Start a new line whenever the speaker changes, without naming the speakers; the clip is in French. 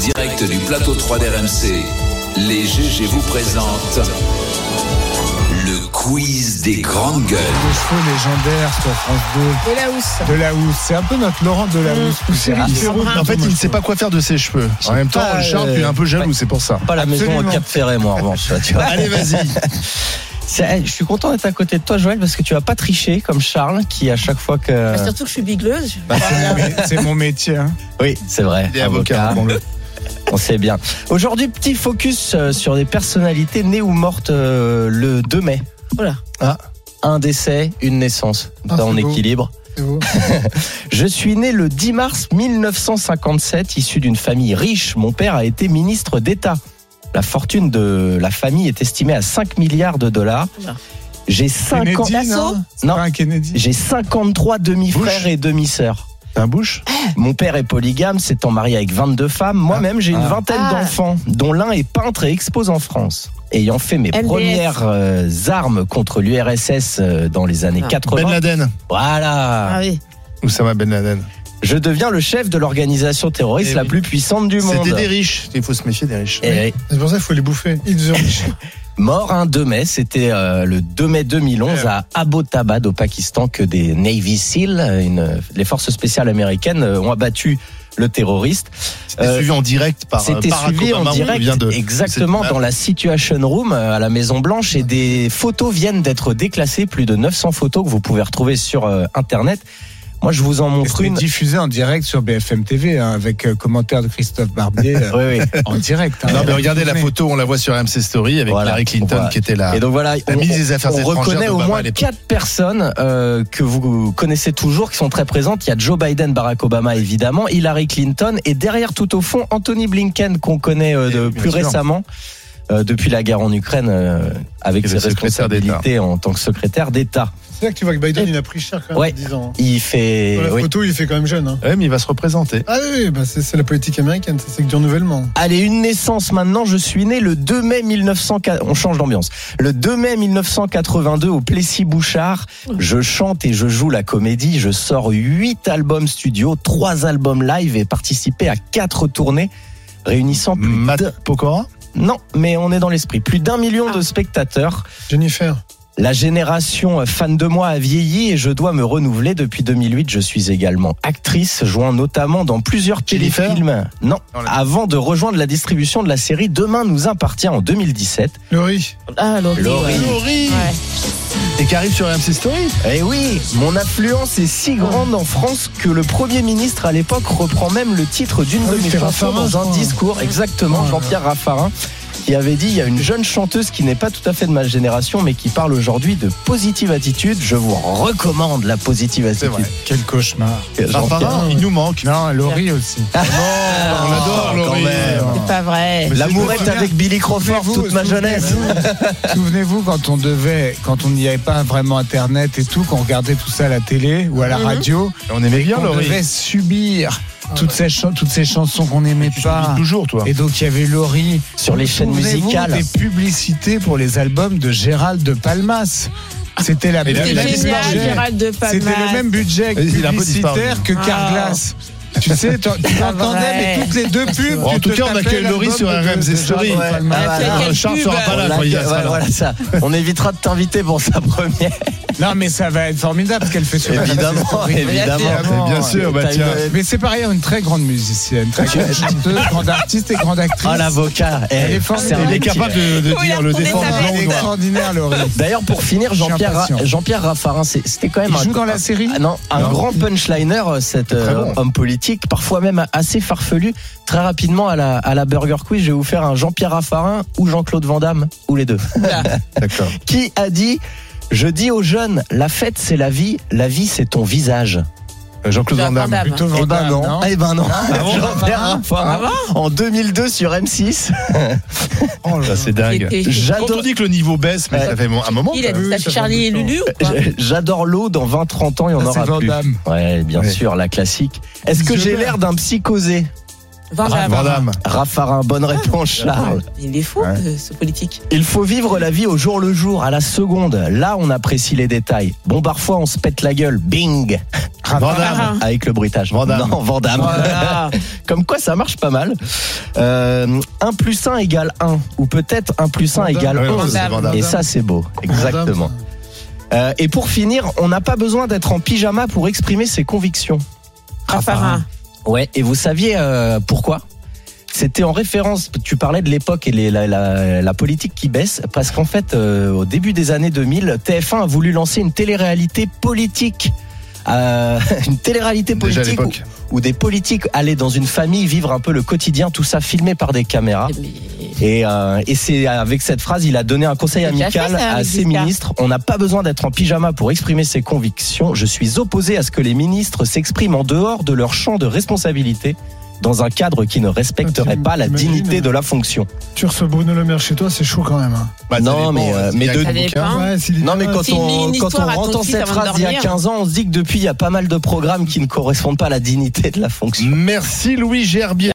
direct du plateau 3 d'RMC, les GG vous présentent le quiz des grandes gueules.
Les chevaux légendaires sur France
De la housse.
2. De la housse, c'est un peu notre Laurent de la housse.
C'est Ricky Ferro. En fait, il ne sait pas quoi faire de ses cheveux. En même temps,
pas,
Charles,
euh,
tu es un peu jaloux, c'est pour ça.
Pas la maison
Absolument.
au Cap Ferret, moi, en revanche. là, tu vois.
Allez, vas-y.
C'est- eh, Je suis content d'être à côté de toi, Joël, parce que tu vas pas tricher comme Charles, qui à chaque fois que.
Bah, Surtout que je suis bigleuse.
C'est mon métier. hein.
Oui, c'est vrai.
Il est avocat. bon, le-
On sait bien. Aujourd'hui, petit focus euh, sur des personnalités nées ou mortes euh, le 2 mai.
Voilà.
Ah. Un décès, une naissance.
Ah,
Dans
c'est beau.
équilibre.
C'est beau.
Je suis né le 10 mars 1957, issu d'une famille riche. Mon père a été ministre d'État. La fortune de la famille est estimée à 5 milliards de dollars.
Oula.
J'ai 5 ans.
Kennedy, non C'est
Non.
pas un Kennedy.
J'ai 53 demi-frères
Bush.
et demi-sœurs.
Un bouche
Mon père est polygame, s'étant marié avec 22 femmes. Moi-même, j'ai une
Ah.
vingtaine
Ah.
d'enfants, dont l'un est peintre et expose en France. Ayant fait mes
LDS.
premières euh, armes contre l'URSS euh, dans les années
Ah.
80,
Ben Laden.
voilà,
Ah oui.
Oussama Ben Laden.
je deviens le chef de l'organisation terroriste
Eh
la
oui.
plus puissante du monde.
C'était des riches. Il faut se méfier des riches.
Eh,
C'est pour ça qu'il faut les bouffer. Ils ont
Mort un 2 mai, c'était euh, le 2 mai 2011 à Abbottabad au Pakistan que des Navy SEAL, une- les forces spéciales américaines, euh, ont abattu le terroriste.
C'était
Euh,
suivi en direct par euh,
C'était
Barack
suivi
Obama,
en
on se
direct,
souvient de-
exactement
cette
dans la Situation Room euh, à la Maison Blanche et des photos viennent d'être déclassées, plus de 900 photos que vous pouvez retrouver sur euh, Internet. Moi, je vous en montre
C'était
une.
diffusé en direct sur BFM TV hein, avec euh, commentaire de Christophe Barbier euh,
Oui, oui.
en direct. hein.
Ah. Non, mais regardez la photo, on la voit sur MC Story avec
Voilà.
Hillary Clinton
Voilà.
qui était là.
Et donc voilà,
Ah. La
on-
ministre des Affaires
on
étrangères
reconnaît au
d'Obama
moins
à l'époque.
quatre personnes euh, que vous connaissez toujours, qui sont très présentes. Il y a Joe Biden, Barack Obama évidemment, Hillary Clinton et derrière tout au fond Anthony Blinken qu'on connaît euh, de-
Eh oui,
plus
bien sûr.
récemment. euh, depuis la guerre en Ukraine, euh, avec
Et
ses
le secrétaire d'État.
responsabilités en tant que secrétaire d'État,
C'est là que tu vois que Biden, il a pris cher quand même
Ouais.
en 10 ans. hein.
il
Dans
fait.
la
oui.
photo, il fait quand même jeune. hein.
Ouais, mais il va se représenter.
Ah oui, oui, bah c'est c'est la politique américaine, ça c'est que du renouvellement.
Allez, une naissance maintenant. Je suis né le 2 mai 1982. On change d'ambiance. Le 2 mai 1982 au Plessis-Bouchard. Je chante et je joue la comédie. Je sors 8 albums studio, 3 albums live et participé à 4 tournées réunissant plus
Matt
de-
Pokora
Non, mais on est dans l'esprit. Plus d'un million de spectateurs.
Jennifer,
La génération fan de moi a vieilli et je dois me renouveler. Depuis 2008, je suis également actrice, jouant notamment dans plusieurs
Jennifer
téléfilms. Non,
Non, la-
avant de rejoindre la distribution de la série Demain nous appartient en 2017.
Laurie,
Ah, Laurie.
Laurie.
ouais.
Laurie
Ouais.
Et qui arrive sur MC Story
Eh oui, mon influence est si grande en France que le Premier ministre à l'époque reprend même le titre d'une
Ah
de
oui,
mes
c'est
chansons
Raffarin,
dans un
je crois.
discours. Exactement, Jean-Pierre Raffarin. qui avait dit, il y a une jeune chanteuse qui n'est pas tout à fait de ma génération, mais qui parle aujourd'hui de positive attitude. Je vous recommande la positive
C'est vrai.
attitude.
Quel cauchemar.
Jean-Pierre.
Raffarin, il nous manque.
Non, Laurie aussi.
Ah,
on l'adore,
Ah, quand
Laurie.
même.
C'est pas vrai.
Mais-
L'amour
c'est
est avec Billy Crawford
Souvenez-vous,
toute ma jeunesse.
souvenez-vous- Souvenez-vous quand on devait, quand on n'y avait pas vraiment internet et tout, qu'on regardait tout ça à la télé ou à
Mhm.
la radio,
On aimait bien,
on
Laurie.
devait subir
Ah,
toutes, ces chan- toutes ces chansons qu'on n'aimait
Tu
pas.
l'oublies toujours, toi.
Et donc il y avait Laurie
Sur les chaînes
Souvenez-vous
musicales.
Des publicités pour les albums de Gérald de Palmas. C'était la
Mais
même
la-
C'est
il a
génial,
disparu.
Gérald de Palmas.
C'était le même budget
Il a un peu
publicitaire que
Ah.
Carglass.
Ah.
Tu sais, t'en- tu l'entendais,
vrai.
mais toutes les deux pubs.
En
tu
tout
te
cas, on
tapais
accueille Laurie
l'album
sur
de- de-
RMC
de
Story.
Gérald de Palmas.
Ah,
Ah,
voilà.
quel
Charles
cul,
sera pas
bah.
là
Voilà,
quand il y a
que-
ça,
voilà,
là.
voilà ça. On évitera de t'inviter pour sa première.
Non, mais ça va être formidable parce qu'elle fait sur RMC
évidemment,
Story.
évidemment.
Évidemment.
Bien sûr, bah
T'as
tiens.
une-
Mais c'est par ailleurs une très grande musicienne, très grande chanteuse, grande artiste et grande actrice.
Ah l'avocat. Eh,
Elle est formidable.
c'est un
Il est
mec qui-
capable de, de
Oui, il a
dire le
retourné sa
défendre
veste.
blanc
Elle est
ou noir.
extraordinaire, Laurie.
D'ailleurs, pour finir,
suis
Jean-Pierre Ra-
impatient.
Jean-Pierre Raffarin, c'est- c'était quand même
Il
un,
joue dans la série
Ah non, un
Non.
grand punchliner, euh, cet
très
euh,
bon.
homme politique, parfois même assez farfelu. Très rapidement, à la, à la Burger Quiz, je vais vous faire un Jean-Pierre Raffarin ou Jean-Claude Van Damme, ou les deux.
D'accord.
Qui a dit Je dis aux jeunes, la fête c'est la vie, la vie c'est ton visage.
Euh, Jean-Claude Van Damme.
Plutôt Van Damme, non Ah
Eh ben non.
bon
Jean-Pierre
Ah
Raffarin, en 2002 sur M6.
Oh là
Ça,
là.
c'est dingue. Quand
J'adore.
on dit que le niveau baisse, mais
Ouais.
ça fait un moment.
Il a
quand même.
dit ça,
ça
Charlie
fait
et Lulu ou
Ah,
quoi
J'adore l'eau dans 20-30 ans, il y en
Ça, Ah, c'est
aura
Van
plus.
Damme.
Ouais, bien
Ouais.
sûr, la classique. Est-ce que
Je
j'ai
l'ai.
l'air d'un psychosé
Vandame.
Vandame.
Raffarin, bonne réponse, Charles.
Il est fou,
Ouais.
euh, ce politique.
Il faut vivre la vie au jour le jour, à la seconde. Là, on apprécie les détails. Bon, parfois, on se pète la gueule. Bing
Vandame.
Avec le bruitage.
Vandame.
Non, Vandame.
Oh Voilà.
Comme quoi, ça marche pas mal. Euh, 1 plus 1 égale 1. Ou peut-être 1 plus 1
Vandame.
égale
Ouais, ouais,
11.
c'est Vandame.
Et ça, c'est beau. Exactement. Euh, et pour finir, on n'a pas besoin d'être en pyjama pour exprimer ses convictions.
Raffarin.
Ouais, et vous saviez euh, pourquoi c'était en référence, tu parlais de l'époque et les- la, la- la politique qui baisse, parce qu'en fait, euh, au début des années 2000, TF1 a voulu lancer une télé-réalité politique. Euh, une télé-réalité
Déjà à
politique où,
l'époque.
où des politiques allaient dans une famille vivre un peu le quotidien, tout ça filmé par des caméras.
Eh, Mais-
Et, euh, et c'est avec cette phrase, il a donné un conseil
Il a déjà fait
amical
ça,
à
Éric
ses
Giscard.
ministres. On n'a pas besoin d'être en pyjama pour exprimer ses convictions. Je suis opposé à ce que les ministres s'expriment en dehors de leur champ de responsabilité, dans un cadre qui ne respecterait
Ah, tu
pas la
m'imagines.
dignité de la fonction.
Tu reçois Bruno Le Maire chez toi, c'est chaud quand même. hein.
Bah, ça
Non,
dépend,
mais, euh,
c'est
mais
bien
de-
que
Ça
quelqu'un-
dépend.
Ouais, s'il est
Non, mais
bien,
quand
s'il lit
on,
une
quand on
histoire à ton
entend
fils
cette
avant de
phrase d'il y a
dormir.
15 ans, on se dit que depuis, il y a pas mal de programmes qui ne correspondent pas à la dignité de la fonction.
Merci Louis Gerbier.